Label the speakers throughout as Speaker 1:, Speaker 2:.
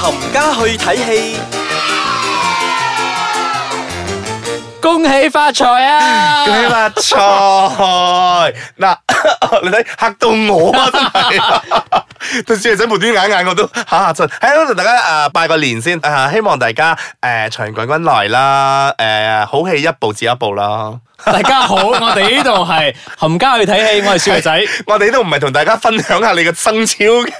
Speaker 1: 冚家去睇戲，
Speaker 2: 恭喜發財啊！
Speaker 3: 恭喜發財！啊嗱， 你睇嚇到我啊，真係！ 對小女仔無端眼眼我都嚇嚇震。喺度同大家啊拜個年先啊，希望大家誒長滾滾來啦，誒好戲一步接一步啦。
Speaker 2: 大家好，我哋呢度係冚家去睇戲，我係小肥仔。
Speaker 3: 我哋呢度唔係同大家分享下你嘅生肖嘅，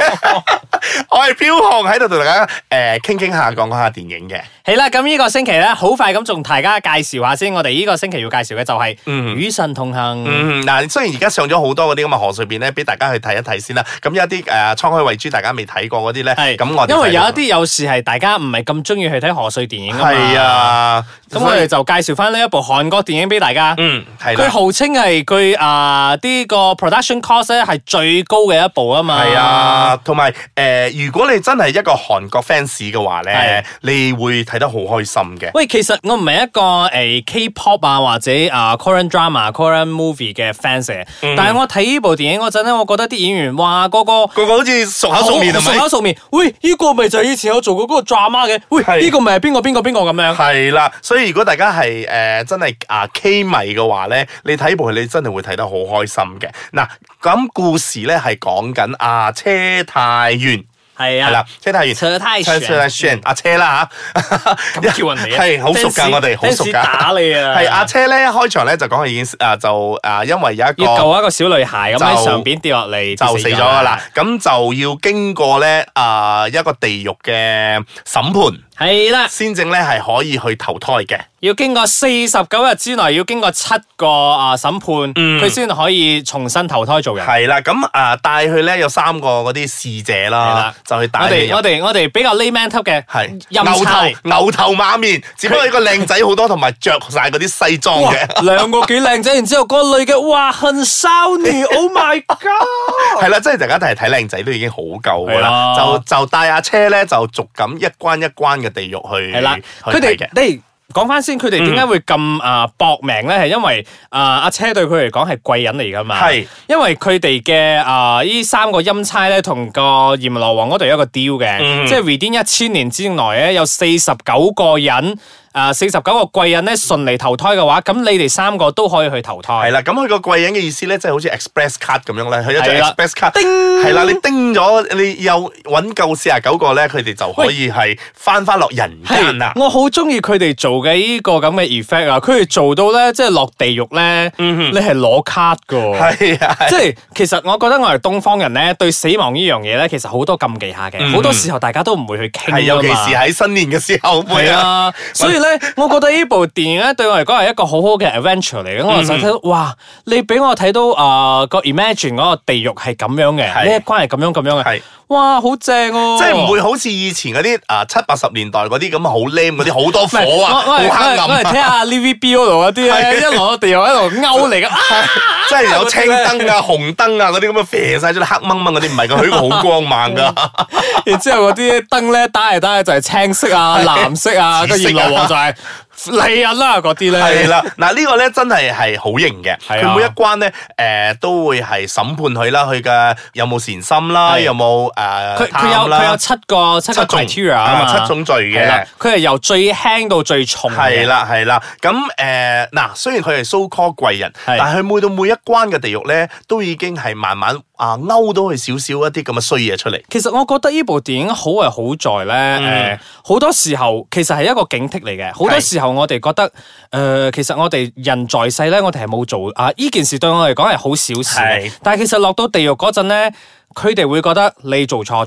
Speaker 3: 我係飄紅喺度同大家誒傾傾下講講下電影嘅。
Speaker 2: 係啦，咁呢個星期咧，好快咁同大家介紹下先。我哋呢個星期要介紹嘅就係《與神同行》。
Speaker 3: 嗯，嗱，雖然而家上咗好多嗰啲咁嘅賀歲片咧，俾大家去睇一睇先啦。咁有一啲誒《滄海遺珠》，大家未睇過嗰啲咧，
Speaker 2: 係
Speaker 3: 咁我哋
Speaker 2: 因為
Speaker 3: 睇
Speaker 2: 有一
Speaker 3: 到
Speaker 2: 啲有時係大家唔係咁中意去睇賀歲電影㗎嘛
Speaker 3: 係，啊，
Speaker 2: 咁
Speaker 3: 所
Speaker 2: 我
Speaker 3: 以
Speaker 2: 哋就介紹翻呢一部韓國電影俾大家。
Speaker 3: 嗯係
Speaker 2: 佢
Speaker 3: 啦。
Speaker 2: 號稱係佢啊呢個 production cost 咧係最高嘅一部啊嘛。
Speaker 3: 係啊，同埋誒，如果你真係一個韓國 fans 嘅話咧
Speaker 2: 係，
Speaker 3: 你會睇得好開心嘅。
Speaker 2: 喂，其實我唔係一個誒、呃 K-pop 啊或者啊、Korean drama、Korean movie 嘅 fans 嚟嘅，
Speaker 3: 嗯
Speaker 2: 但係我睇呢部電影嗰陣咧，我覺得啲演員哇個個
Speaker 3: 個個好似熟口熟面係
Speaker 2: 熟
Speaker 3: 咪
Speaker 2: 口？熟面，喂呢、個咪就係以前有做過嗰個 drama 嘅，
Speaker 3: 係
Speaker 2: 喂呢、個咪係邊個邊個邊個咁樣。
Speaker 3: 係啦，所以如果大家係誒、呃真係啊 K 迷嘅話咧，你睇部戲你真係會睇得好開心嘅。嗱，咁故事咧係講緊啊車太元。
Speaker 2: 係
Speaker 3: 係啦
Speaker 2: 啊，，
Speaker 3: 車太元，
Speaker 2: 車太
Speaker 3: 車
Speaker 2: 炫
Speaker 3: 車太炫，阿車啦嚇，
Speaker 2: 咁叫人哋啊
Speaker 3: 係好熟㗎，
Speaker 2: fans-
Speaker 3: 我哋好熟
Speaker 2: fans
Speaker 3: 㗎，
Speaker 2: 打你啊
Speaker 3: 係阿車咧，一開場咧就講佢已經啊就啊，因為有一
Speaker 2: 要
Speaker 3: 個
Speaker 2: 救一個小女孩咁
Speaker 3: 就
Speaker 2: 喺上邊跌落嚟
Speaker 3: 就死咗㗎
Speaker 2: 㗎
Speaker 3: 啦，。咁就要經過咧啊一個地獄嘅審判，
Speaker 2: 係啦，
Speaker 3: 先正咧係可以去投胎嘅。
Speaker 2: 要經過四十九日之內，要經過七個啊審判，
Speaker 3: 嗯
Speaker 2: 佢先可以重新投胎做人。
Speaker 3: 係啦，咁啊帶佢咧有三個嗰啲侍者啦
Speaker 2: 啦，
Speaker 3: 就去帶
Speaker 2: 我
Speaker 3: 佢
Speaker 2: 哋我
Speaker 3: 入。
Speaker 2: 哋我哋比較 layman type 嘅，
Speaker 3: 係
Speaker 2: 陰
Speaker 3: 牛頭
Speaker 2: 差
Speaker 3: 牛頭馬面，只不過一個靚仔好多，同埋着晒嗰啲西裝
Speaker 2: 哇
Speaker 3: 嘅。
Speaker 2: 兩個幾靚仔，然之後嗰個女嘅，哇，很騷 你，Oh my God！
Speaker 3: 係啦，即係大家都係睇靚仔都已經好夠噶
Speaker 2: 係
Speaker 3: 啦，
Speaker 2: 啊
Speaker 3: 就就帶阿車咧就逐咁一關一關嘅地獄去
Speaker 2: 係啦，
Speaker 3: 去
Speaker 2: 佢哋
Speaker 3: 睇嘅。
Speaker 2: 你講翻先，佢哋點解會咁啊搏命咧？係因為啊阿車對佢嚟講係貴人嚟噶嘛，
Speaker 3: 係
Speaker 2: 因為佢哋嘅啊呢三個陰差咧，同個閻羅王嗰度有一個 deal 嘅，
Speaker 3: 嗯
Speaker 2: 即係 within 一千年之內咧，有四十九個人。啊，四十九個貴人咧順利投胎嘅話，咁你哋三個都可以去投
Speaker 3: 係
Speaker 2: 胎。
Speaker 3: 啦，咁佢個貴人嘅意思咧，即係好似 express card 咁樣咧，佢一
Speaker 2: 係
Speaker 3: 張
Speaker 2: 啦
Speaker 3: express card，係啦，你叮咗，你又揾夠四廿九個咧，佢哋就可以係翻翻落人間啦。
Speaker 2: 我好中意佢哋做嘅呢個咁嘅 effect 啊！佢哋做到咧，即係落地獄咧，你係攞卡噶。
Speaker 3: 嗯係啊，
Speaker 2: 即係其實我覺得我哋東方人咧對死亡呢樣嘢咧，其實好多禁忌下嘅，好、多時候大家都唔會去傾
Speaker 3: 嗯係尤其
Speaker 2: 㗎
Speaker 3: 是
Speaker 2: 啊嘛
Speaker 3: 喺新年嘅時候，會
Speaker 2: 係 啊，所以咧，我覺得呢部電影咧對我嚟講係一個好好嘅 adventure 嚟嘅。我就
Speaker 3: 嗯
Speaker 2: 想睇到，哇！你俾我睇到啊個 imagine 嗰個地獄係咁樣
Speaker 3: 係
Speaker 2: 嘅，呢一關係咁樣咁樣
Speaker 3: 係
Speaker 2: 嘅，哇！好正喎，
Speaker 3: 即係唔會好似以前嗰啲啊七八十年代嗰啲咁好 lame 嗰啲好多
Speaker 2: 唔係
Speaker 3: 火啊，
Speaker 2: 我
Speaker 3: 好
Speaker 2: 我
Speaker 3: 黑
Speaker 2: 係
Speaker 3: 暗
Speaker 2: 我係我係睇
Speaker 3: 啊，
Speaker 2: 下 LVB 嗰度嗰啲咧，一落地獄喺度勾嚟嘅，啊
Speaker 3: 即係有青燈啊、紅燈啊嗰啲咁樣射晒出嚟黑掹掹嗰啲，唔係佢佢個好光猛啊噶。
Speaker 2: 然之後嗰啲燈咧打嚟打去就係青色啊、藍色啊，
Speaker 3: 紫
Speaker 2: 跟
Speaker 3: 色
Speaker 2: 住
Speaker 3: 啊
Speaker 2: 羅王就係啊利人啦嗰啲咧。
Speaker 3: 係啦， 嗱呢個咧真係係好型嘅，
Speaker 2: 係
Speaker 3: 佢
Speaker 2: 啊
Speaker 3: 每一關咧誒都會係審判佢啦，佢嘅有冇善心啦，
Speaker 2: 係
Speaker 3: 有冇
Speaker 2: 佢
Speaker 3: 誒
Speaker 2: 佢
Speaker 3: 貪
Speaker 2: 有佢
Speaker 3: 啦
Speaker 2: 有，七個七個
Speaker 3: 種
Speaker 2: criteria 啊嘛
Speaker 3: 啊七種罪嘅
Speaker 2: 係啦佢係由最輕到最重嘅。
Speaker 3: 係啦係啦，咁誒嗱雖然佢係 so call 貴人，
Speaker 2: 係
Speaker 3: 但係佢每到每一關嘅地獄咧，都已經係慢慢啊勾到佢少少一啲咁嘅衰嘢出嚟。
Speaker 2: 其實我覺得呢部電影好係好在咧，誒、
Speaker 3: 嗯
Speaker 2: 好、多時候其實係一個警惕嚟嘅。好多時候我哋覺得，誒、呃其實我哋人在世咧，我哋係冇做啊，呢件事對我嚟講係好小事
Speaker 3: 係
Speaker 2: 嘅。但係其實落到地獄嗰陣咧。佢哋會覺得你做錯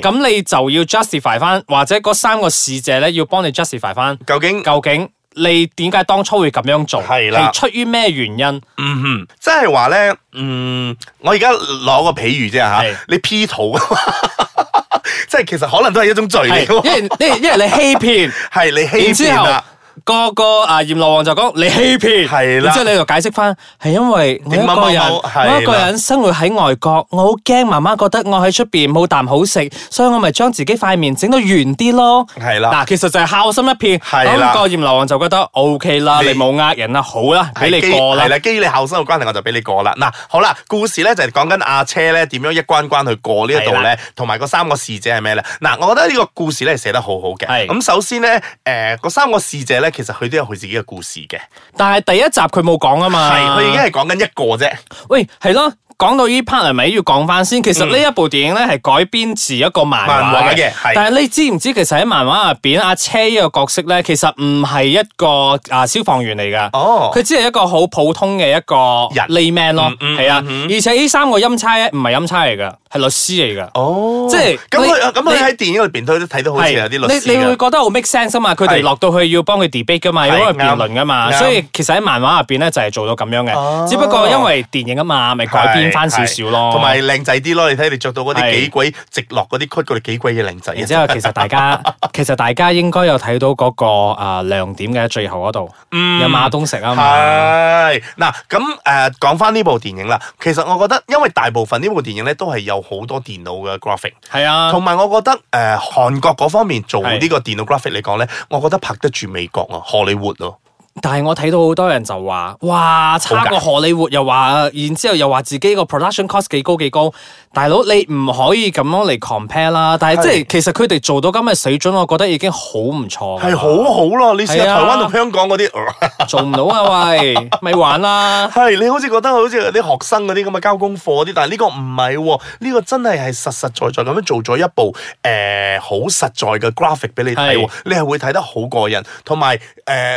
Speaker 2: 咗，咁你就要 justify 翻，或者嗰三個使者咧要幫你 justify 翻，
Speaker 3: 究竟
Speaker 2: 究竟你點解當初會咁樣做？
Speaker 3: 嗯係啦
Speaker 2: 係出於咩原因？
Speaker 3: 嗯哼，即係話咧，嗯，我而家攞個比喻啫吓
Speaker 2: 係，
Speaker 3: 你 P 圖啊嘛， 即係其實可能都係一種罪
Speaker 2: 係
Speaker 3: 嚟嘅
Speaker 2: 因
Speaker 3: 喎，
Speaker 2: 為因為因為你欺騙，
Speaker 3: 係你
Speaker 2: 然之
Speaker 3: 欺騙啊
Speaker 2: 後
Speaker 3: 啦。
Speaker 2: 個個啊阎羅王就講你欺騙，
Speaker 3: 係
Speaker 2: 然
Speaker 3: 啦
Speaker 2: 之後你就解釋翻係因為我一
Speaker 3: 點乜
Speaker 2: 個
Speaker 3: 乜
Speaker 2: 人，
Speaker 3: 乜係啦
Speaker 2: 我一個人生活喺外國，我好驚媽媽覺得我喺出邊冇啖好食，所以我咪將自己塊面整到圓啲咯。
Speaker 3: 係啦
Speaker 2: 嗱，其實就係孝心一片。
Speaker 3: 係啦
Speaker 2: 咁個阎羅王就覺得 O K 啦，
Speaker 3: 你
Speaker 2: 你冇呃人啦，好啦，俾你過啦
Speaker 3: 係。啦，基於你後生嘅關係，我就俾你過啦。嗱，好啦，故事咧就係講緊阿車咧點樣一關關去過呢一度
Speaker 2: 係
Speaker 3: 咧，同埋嗰三個侍者係咩咧？嗱，我覺得呢個故事咧寫得好好嘅。
Speaker 2: 係
Speaker 3: 咁首先咧，誒、嗰三個侍者咧，其實佢都有佢自己嘅故事嘅，
Speaker 2: 但係第一集佢冇講啊嘛。
Speaker 3: 係佢已經係講緊一個啫。
Speaker 2: 喂，係咯。講到呢 part 係咪要講翻先？其實呢一部電影咧係改編自一個漫
Speaker 3: 嗯漫畫
Speaker 2: 畫
Speaker 3: 嘅
Speaker 2: 嘅
Speaker 3: 係，
Speaker 2: 但係你知唔知其實喺漫畫入邊，阿車呢個角色咧其實唔係一個啊消防員嚟㗎，
Speaker 3: 哦
Speaker 2: 佢只係一個好普通嘅一個
Speaker 3: 人
Speaker 2: layman 咯，
Speaker 3: 嗯嗯
Speaker 2: 係啊
Speaker 3: 嗯，
Speaker 2: 而且呢三個陰差咧唔係陰差嚟㗎，係律師嚟㗎。
Speaker 3: 哦
Speaker 2: 即係
Speaker 3: 咁
Speaker 2: 你
Speaker 3: 佢咁佢
Speaker 2: 你
Speaker 3: 喺電影裏邊都睇到好似有啲律師
Speaker 2: 你你會
Speaker 3: 嘅。
Speaker 2: 覺得好 make sense 啊嘛？佢
Speaker 3: 係
Speaker 2: 哋落到去要幫佢 debate 噶嘛，
Speaker 3: 係
Speaker 2: 要幫佢辯論噶嘛，
Speaker 3: 啱
Speaker 2: 所以其實喺漫畫入邊咧就係做到咁樣
Speaker 3: 哦
Speaker 2: 嘅，只不過因為電影啊嘛，咪改編翻少少咯。
Speaker 3: 同埋，靚仔啲咯，你睇你着到嗰啲
Speaker 2: 係
Speaker 3: 幾鬼直落嗰啲曲，嗰啲幾鬼嘅靚仔啊
Speaker 2: 然之後其實大家其實大家應該有睇到嗰個啊亮點嘅最後嗰度，有馬東石啊嘛，
Speaker 3: 係嗱，咁誒講翻呢部電影啦，其實我覺得，因為大部分呢部電影咧都係有好多電腦嘅 graphic，
Speaker 2: 係啊
Speaker 3: 同。埋我覺得誒、呃、韓國嗰方面做
Speaker 2: 係
Speaker 3: 呢個電腦 graphic 嚟講咧，我覺得拍得住美國啊，荷里活咯，
Speaker 2: 但係我睇到好多人就話，哇，差過荷里活又話，然之後又話自己個 production cost 幾高幾高，大佬你唔可以咁樣嚟 compare 啦。但係即
Speaker 3: 係
Speaker 2: 係其實佢哋做到今日水準，我覺得已經好唔錯㗎啦。
Speaker 3: 係好好咯。你試
Speaker 2: 啊
Speaker 3: 下
Speaker 2: 係啊
Speaker 3: 台灣同香港嗰啲，
Speaker 2: 做唔到啊喂，咪玩啦。
Speaker 3: 係你好似覺得好似有啲學生嗰啲咁嘅交功課嗰啲，但係呢個唔係喎，呢個真係係實實在在咁樣做咗一部誒好、實在嘅 graphic 俾你睇喎
Speaker 2: 係，
Speaker 3: 你係會睇得好過癮，同埋誒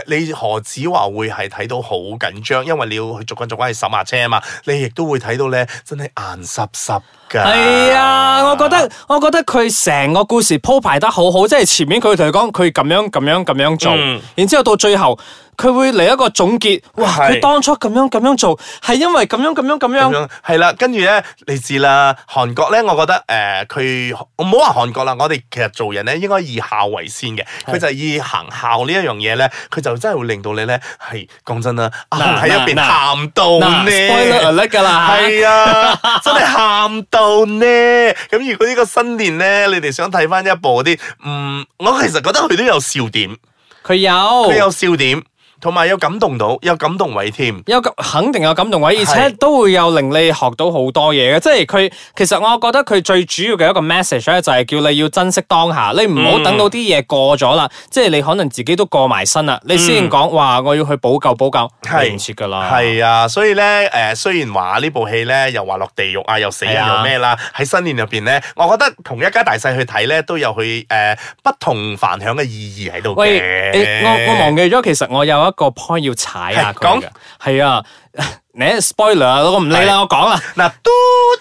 Speaker 3: 你何止話會係睇到好緊張，因為你要去逐間逐間去審下車啊嘛，你亦都會睇到咧真係眼濕濕㗎。
Speaker 2: 係啊，我覺得我覺得佢成個故事鋪排得好好，即係前面佢同你講佢咁樣咁樣咁樣做，
Speaker 3: 嗯
Speaker 2: 然之後到最後佢會嚟一個總結，哇！
Speaker 3: 係
Speaker 2: 佢當初咁樣咁樣做係因為咁樣咁樣咁
Speaker 3: 咁
Speaker 2: 樣。
Speaker 3: 樣係啦，跟住咧，你知啦，韓國咧，我覺得誒，佢、我唔好話韓國啦，我哋其實做人咧應該以孝為先嘅，佢就係以行孝呢一樣嘢咧，佢就真係會令到你咧係講真啦，啊
Speaker 2: 嗱
Speaker 3: 喺入邊
Speaker 2: 嗱
Speaker 3: 喊到
Speaker 2: 嗱，spoiler
Speaker 3: 呢。
Speaker 2: alert 㗎啦，
Speaker 3: 係啊，真係喊到呢！咁如果呢個新年咧，你哋想睇翻一部嗰啲，嗯，我其實覺得佢都有笑點，
Speaker 2: 佢有
Speaker 3: 佢有笑點，同埋有感動到，有感動位添。
Speaker 2: 有感肯定有感動位，而且
Speaker 3: 係
Speaker 2: 都會有令你學到好多嘢嘅。即係佢其實我覺得佢最主要嘅一個 message 咧，就係叫你要珍惜當下，你唔好
Speaker 3: 嗯
Speaker 2: 等到啲嘢過咗啦，即係你可能自己都過埋身啦，你先講話我要去補救補救，
Speaker 3: 嗯係
Speaker 2: 係唔切噶啦。
Speaker 3: 係啊，所以咧，誒、雖然話呢部戲咧，又話落地獄啊，又死人
Speaker 2: 係啊
Speaker 3: 又咩啦，喺新年入邊咧，我覺得同一家大細去睇咧，都有佢誒、不同凡響嘅意義喺度嘅。
Speaker 2: 喂，你我我忘記咗，其實我有一個 point 要踩下佢
Speaker 3: 係
Speaker 2: 嘅，係啊， 你 spoiler 啊我唔理
Speaker 3: 係
Speaker 2: 啦，我講啦。
Speaker 3: 嗱，嘟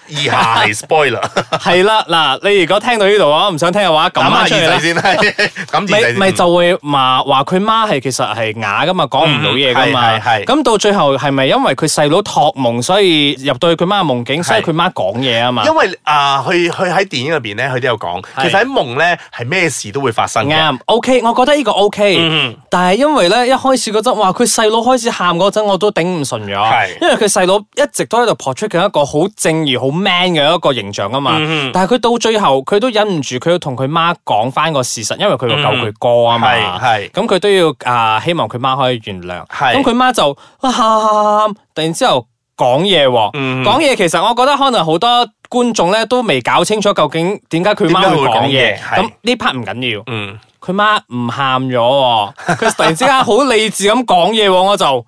Speaker 3: 以下 係 spoiler，
Speaker 2: 係啦，嗱，你如果聽到呢度啊，唔想聽嘅話，撳
Speaker 3: 咁
Speaker 2: 翻
Speaker 3: 下耳
Speaker 2: 出去
Speaker 3: 仔
Speaker 2: 啦。
Speaker 3: 先， 咁耳仔
Speaker 2: 咪
Speaker 3: 先
Speaker 2: 咪就會話話佢媽係其實係啞噶嘛，講唔到嘢噶
Speaker 3: 嗯
Speaker 2: 嘛。
Speaker 3: 係係係
Speaker 2: 咁到最後係咪因為佢細佬托夢，所以入到去佢媽嘅夢境，所以佢媽講嘢啊嘛？
Speaker 3: 因為啊，佢佢喺電影入邊咧，佢都有講，其實喺夢咧係咩事都會發生嘅。
Speaker 2: 啱，OK，我覺得呢個 OK，、
Speaker 3: 嗯
Speaker 2: 但係因為咧一開始嗰陣，哇佢細佬開始喊嗰陣，我都頂唔順
Speaker 3: 係
Speaker 2: 咗，因為佢細佬一直都喺度 portray 緊一個好正義、好 man 嘅一個形象啊嘛。
Speaker 3: 嗯
Speaker 2: 但係佢到最後，佢都忍唔住，佢要同佢媽講翻個事實，因為佢要救佢哥啊嘛。
Speaker 3: 嗯係係
Speaker 2: 咁佢都要啊、希望佢媽可以原諒。
Speaker 3: 係
Speaker 2: 咁佢媽就哇喊，突然之後講嘢喎。
Speaker 3: 嗯
Speaker 2: 講嘢其實我覺得可能好多觀眾咧都未搞清楚究竟點解佢
Speaker 3: 點解
Speaker 2: 媽會
Speaker 3: 會講
Speaker 2: 講
Speaker 3: 嘢
Speaker 2: 嘢。
Speaker 3: 係
Speaker 2: 咁呢 part 唔緊要。
Speaker 3: 嗯，
Speaker 2: 佢媽唔喊咗喎，佢突然之間好理智咁講嘢喎，我就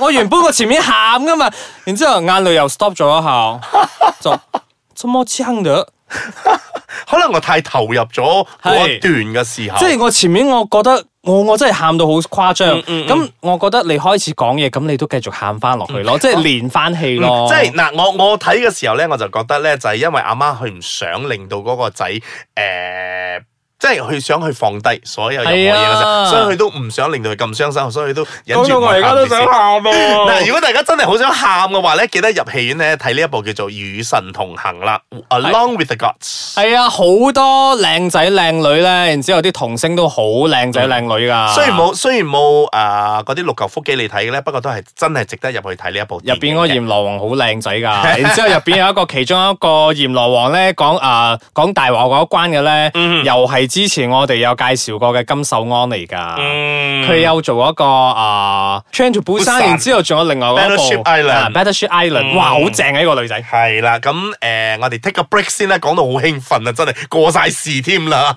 Speaker 2: 我原本我前面喊噶嘛，然之後眼淚又 stop 咗一下，就怎麼撐咗？
Speaker 3: 可能我太投入咗嗰一
Speaker 2: 係
Speaker 3: 段嘅時候，
Speaker 2: 即係我前面我覺得我我真係喊到好誇張，
Speaker 3: 嗯
Speaker 2: 咁、我覺得你開始講嘢，咁你都繼續喊翻落去咯，即係連翻氣咯，
Speaker 3: 嗯即係嗱，我我睇嘅時候咧，我就覺得咧，就係、因為阿媽佢唔想令到嗰個仔誒。即係為佢想去放低所有任何
Speaker 2: 係
Speaker 3: 嘢嘅時
Speaker 2: 啊
Speaker 3: 候，所以佢都唔想令到佢咁傷心，所以佢都忍
Speaker 2: 講
Speaker 3: 住
Speaker 2: 到
Speaker 3: 唔
Speaker 2: 我
Speaker 3: 喊
Speaker 2: 而家都
Speaker 3: 住先
Speaker 2: 想喊啊！
Speaker 3: 嗱，如果大家真係好想喊嘅話咧，記得入戲院咧睇呢一部叫做《與神同行》啦，《Along with the Gods》。
Speaker 2: 系啊，好多靚仔靚女咧，然之后啲童星都好靚仔靚女㗎。
Speaker 3: 嗯雖然冇雖然冇啊嗰啲六嚿腹肌你睇嘅咧，不過都係真係值得入去睇呢一部電
Speaker 2: 入
Speaker 3: 影嘅。
Speaker 2: 邊嗰個閻羅王好靚仔㗎， 然之後入邊有一個其中一個閻羅王咧講啊講大話嗰一關嘅咧，
Speaker 3: 嗯
Speaker 2: 又係之前我哋有介紹過嘅金秀安嚟㗎。
Speaker 3: 嗯，
Speaker 2: 佢有做一個啊《Train to Busan》，
Speaker 3: Busan
Speaker 2: 然之後仲有另外嗰部
Speaker 3: Battleship Island
Speaker 2: 啊《Battleship Island》，
Speaker 3: 嗯
Speaker 2: 哇，好正啊！呢個女仔。
Speaker 3: 係啦，咁誒、呃我哋 take a break 先啦，講到好興奮啊，真係過晒時添啦。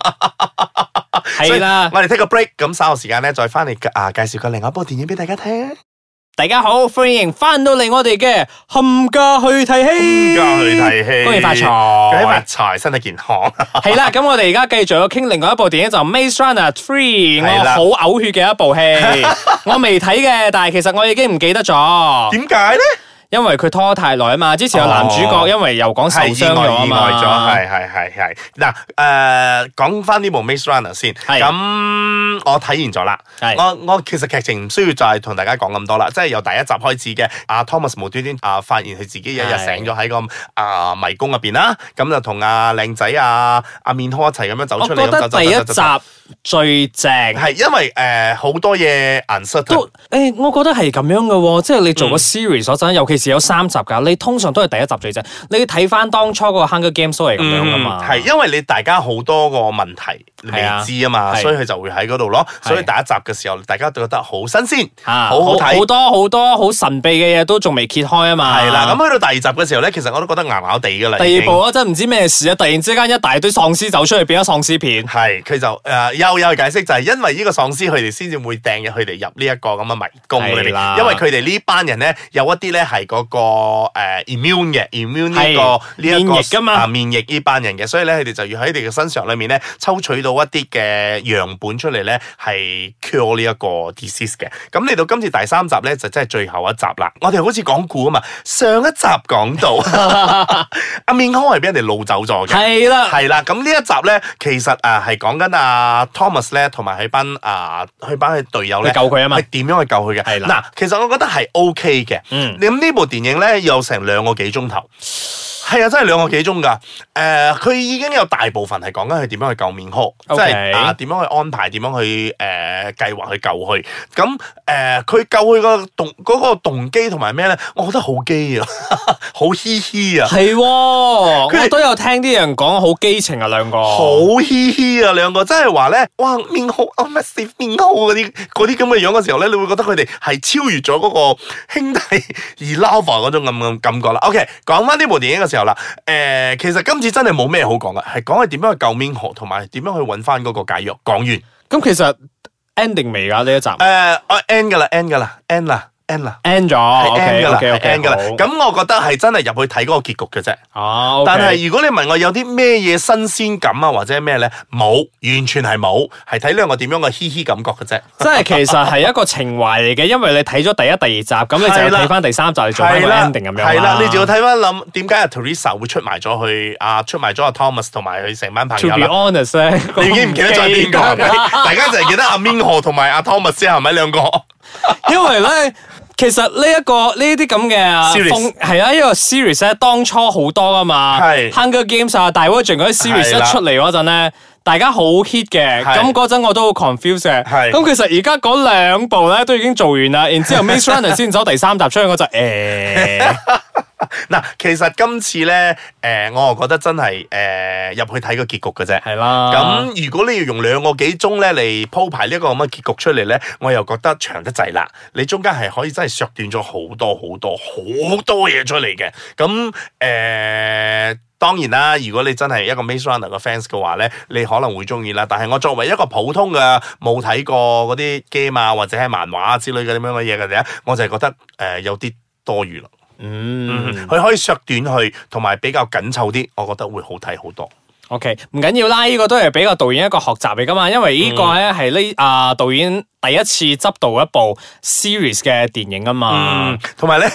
Speaker 2: 係啦
Speaker 3: 所以我哋 take a break，咁稍後時間咧再翻嚟啊，介紹個另外一部電影俾大家聽啊。
Speaker 2: 大家好，歡迎翻到嚟我哋嘅冚家去睇戲，
Speaker 3: 家去睇戲，
Speaker 2: 恭喜發財，
Speaker 3: 恭喜發財，身體健康。
Speaker 2: 係啦，咁我哋而家繼續要傾另外一部電影就《Maze Runner Three》，
Speaker 3: 係啦
Speaker 2: 我好嘔血嘅一 部戲，我未睇嘅，但係其實我已經唔記得咗，
Speaker 3: 點解咧？
Speaker 2: 因為佢拖太耐啊嘛。之前有男主角
Speaker 3: 哦
Speaker 2: 因為又講受
Speaker 3: 係
Speaker 2: 傷咗啊
Speaker 3: 意外
Speaker 2: 嘛，
Speaker 3: 咗，係係係係。嗱，誒講翻呢部《Maze Runner》先，
Speaker 2: 係
Speaker 3: 咁我睇完咗啦。
Speaker 2: 係
Speaker 3: 我我其實劇情唔需要再同大家講咁多啦，即係由第一集開始嘅阿 Thomas 無端端啊發現佢自己一日
Speaker 2: 係
Speaker 3: 醒咗喺個啊迷宮入邊啦，咁就同阿靚仔啊阿面科一齊咁樣走
Speaker 2: 我
Speaker 3: 出嚟。
Speaker 2: 覺得
Speaker 3: 咁走
Speaker 2: 第一
Speaker 3: 走
Speaker 2: 集
Speaker 3: 走走走
Speaker 2: 最正。
Speaker 3: 係因為誒好多嘢 uncertain
Speaker 2: 都誒、我覺得係咁樣嘅喎，即係你
Speaker 3: 嗯
Speaker 2: 做個 series 嗰陣，尤其是有三集㗎，你通常都係第一集最正。你睇翻當初嗰個 Hunger Games 都係咁樣㗎嘛，
Speaker 3: 嗯係因為你大家好多個問題你未
Speaker 2: 係啊
Speaker 3: 知啊嘛，
Speaker 2: 係
Speaker 3: 所以佢就會喺嗰度咯。
Speaker 2: 係
Speaker 3: 所以第一集嘅時候，大家都覺得好新鮮，
Speaker 2: 啊，
Speaker 3: 好好
Speaker 2: 好
Speaker 3: 睇。
Speaker 2: 多好多好神秘嘅嘢都仲未揭開啊嘛。
Speaker 3: 係啦，咁去到第二集嘅時候咧，其實我都覺得牙咬地噶啦。
Speaker 2: 第二部啊，真係唔知咩事啊！突然之間一大堆喪屍走出去，變咗喪屍片。
Speaker 3: 係佢就誒、呃又有解釋，就係因為呢個喪屍佢哋先至會掟入佢哋入呢一個咁嘅迷宮裏
Speaker 2: 係啦
Speaker 3: 邊，因為佢哋呢班人咧有一啲咧係嗰個、呃、immune 嘅 immune 呢、
Speaker 2: 係
Speaker 3: 個呢一、個
Speaker 2: 免疫㗎嘛
Speaker 3: 啊免疫呢班人嘅，所以咧佢哋就要喺佢哋嘅身上裏面咧抽取到一啲嘅樣本出嚟咧係 cure 呢一個 disease 嘅。咁嚟到今次第三集咧就真係最後一集啦。我哋好似講故啊嘛，上一集 講到阿面康係俾人哋路走咗嘅。
Speaker 2: 係 啦，
Speaker 3: 係啦，咁呢一集咧，其實啊係講緊啊 Thomas 咧，同埋佢班啊佢班佢隊友咧，
Speaker 2: 去救佢啊嘛
Speaker 3: 係點樣去救佢嘅？
Speaker 2: 係
Speaker 3: 嗱
Speaker 2: 啦，
Speaker 3: 其實我覺得係 OK 嘅。
Speaker 2: 嗯
Speaker 3: 咁呢部電影咧有成兩個幾鐘頭，係啊，真係兩個幾鐘㗎。誒、佢已經有大部分係講緊佢點樣去救面殼，即
Speaker 2: OK
Speaker 3: 係啊點樣去安排，點樣去誒、計劃去救佢。咁誒佢救佢個動嗰、個動機同埋咩咧？我覺得好基啊， 好嘻嘻啊！
Speaker 2: 係喎，
Speaker 3: 佢哋
Speaker 2: 我都有聽啲人講好基情啊，兩個。
Speaker 3: 好嘻嘻啊！兩個真係話咧，哇面好啊 m a s 面好嗰啲嗰啲咁嘅樣嘅時候咧，你會覺得佢哋係超越咗嗰個兄弟而 lover 嗰種咁嘅感覺啦。OK，講翻呢部電影嘅時候啦，誒、其實今次真係冇咩好講嘅，係講係點樣去救面河同埋點樣去揾翻嗰個解藥。講完誒、
Speaker 2: 咁其實 ending 未㗎呢一集
Speaker 3: 我啊 end 㗎啦，end 㗎啦，end 啦，end 啦。
Speaker 2: ，end 咗
Speaker 3: 係 end
Speaker 2: 哦，OK
Speaker 3: 㗎啦
Speaker 2: OK
Speaker 3: 係
Speaker 2: OK，
Speaker 3: end 㗎啦。
Speaker 2: 好
Speaker 3: 咁我覺得係真係入去睇嗰個結局嘅啫。
Speaker 2: 哦，
Speaker 3: 但係如果你問我有啲咩嘢新鮮感啊，或者咩咧，冇，完全係冇，係睇兩個點樣嘅嘻嘻感覺嘅啫。
Speaker 2: 即係其實係一個情懷嚟嘅，因為你睇咗第一、第二集，咁你就
Speaker 3: 係
Speaker 2: 要
Speaker 3: 啦
Speaker 2: 睇翻第三集，你做翻個 ending 咁樣
Speaker 3: 係啦，你就要睇翻諗點解阿 Teresa 會出賣咗佢啊，出賣咗阿 Thomas 同埋佢成班朋
Speaker 2: To
Speaker 3: 友
Speaker 2: be
Speaker 3: 啦。
Speaker 2: honest 咧，
Speaker 3: 你已經唔記 得咗係邊個 係咪？大家就係記得阿 Minho 同埋阿 Thomas 啫，係咪兩個？
Speaker 2: 因為咧，其實呢、一個呢啲咁嘅
Speaker 3: Series
Speaker 2: 風係啊，呢個 series 咧，當初好多噶嘛
Speaker 3: 係
Speaker 2: ，Hunger Games 啊、大 v e r g i n 嗰啲 series
Speaker 3: 係啦
Speaker 2: 一出嚟嗰陣咧。大家好 hit 嘅，
Speaker 3: 係
Speaker 2: 咁嗰陣我都好 confused 嘅。
Speaker 3: 係
Speaker 2: 咁其實而家嗰兩部咧都已經做完啦，然之 後 Maze Runner 先走第三集出去，我就誒，
Speaker 3: 嗱，其實今次咧，誒，我又覺得真係誒入去睇個結局嘅啫。
Speaker 2: 係啦。
Speaker 3: 咁如果你要用兩個幾鐘咧嚟鋪排呢一個咁嘅結局出嚟咧，我又覺得長得滯啦。你中間係可以真係削短咗好多好多好多嘢出嚟嘅。咁誒、呃，當然啦，如果你真係一個 Maze Runner 嘅 fans 嘅話咧，你可能會中意啦。但係我作為一個普通嘅冇睇過嗰啲 game 啊或者係漫畫啊之類嘅咁樣嘅嘢嘅啫，我就係覺得誒、呃有啲多餘啦。
Speaker 2: 嗯
Speaker 3: 嗯，佢可以削短去，同埋比較緊湊啲，我覺得會好睇好多。嗯
Speaker 2: ，OK，唔緊要啦，呢個都係俾個導演一個學習嚟噶嘛，因為呢個咧係呢啊導演第一次執導一部 series 嘅電影啊嘛
Speaker 3: 嗯。，同埋咧，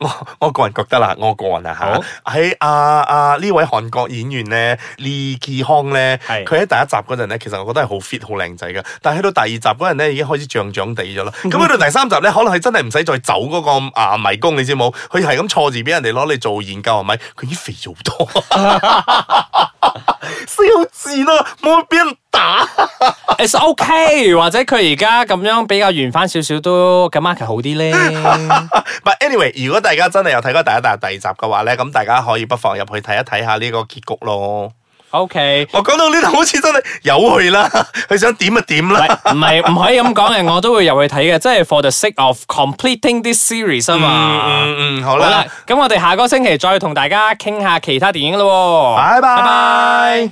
Speaker 3: 我我個人覺得啦，我個人啊
Speaker 2: 好
Speaker 3: 嚇，喺啊啊呢位韓國演員咧，李基康咧，
Speaker 2: 係
Speaker 3: 佢喺第一集嗰陣咧，其實我覺得係好 fit 好靚仔嘅，但係去到第二集嗰陣咧，已經開始漲漲地咗啦。咁去到第三集咧，可能佢真係唔使再走嗰個啊迷宮，你知冇？佢係咁坐住俾人哋攞嚟做研究係咪？佢已經肥咗好多，四好字啦，冇俾人打。
Speaker 2: It's OK，或者佢而家咁樣比較圓翻少少都嘅 market 好啲咧。
Speaker 3: But anyway，如果大家真係有睇過第一集、第二集嘅話咧，咁大家可以不妨入去睇一睇下呢個結局咯。
Speaker 2: OK。
Speaker 3: 我講到呢度好似真係有佢啦， 佢想點就點
Speaker 2: 唔
Speaker 3: 啦。
Speaker 2: 係唔係唔可以咁講嘅，我都會入去睇嘅，即係 for the sake of completing this series 啊
Speaker 3: 嗯
Speaker 2: 嘛。
Speaker 3: 嗯嗯，好
Speaker 2: 好啦
Speaker 3: 啦，，
Speaker 2: 咁我哋下個星期再同大家傾下其他電影咯喎。
Speaker 3: 拜拜。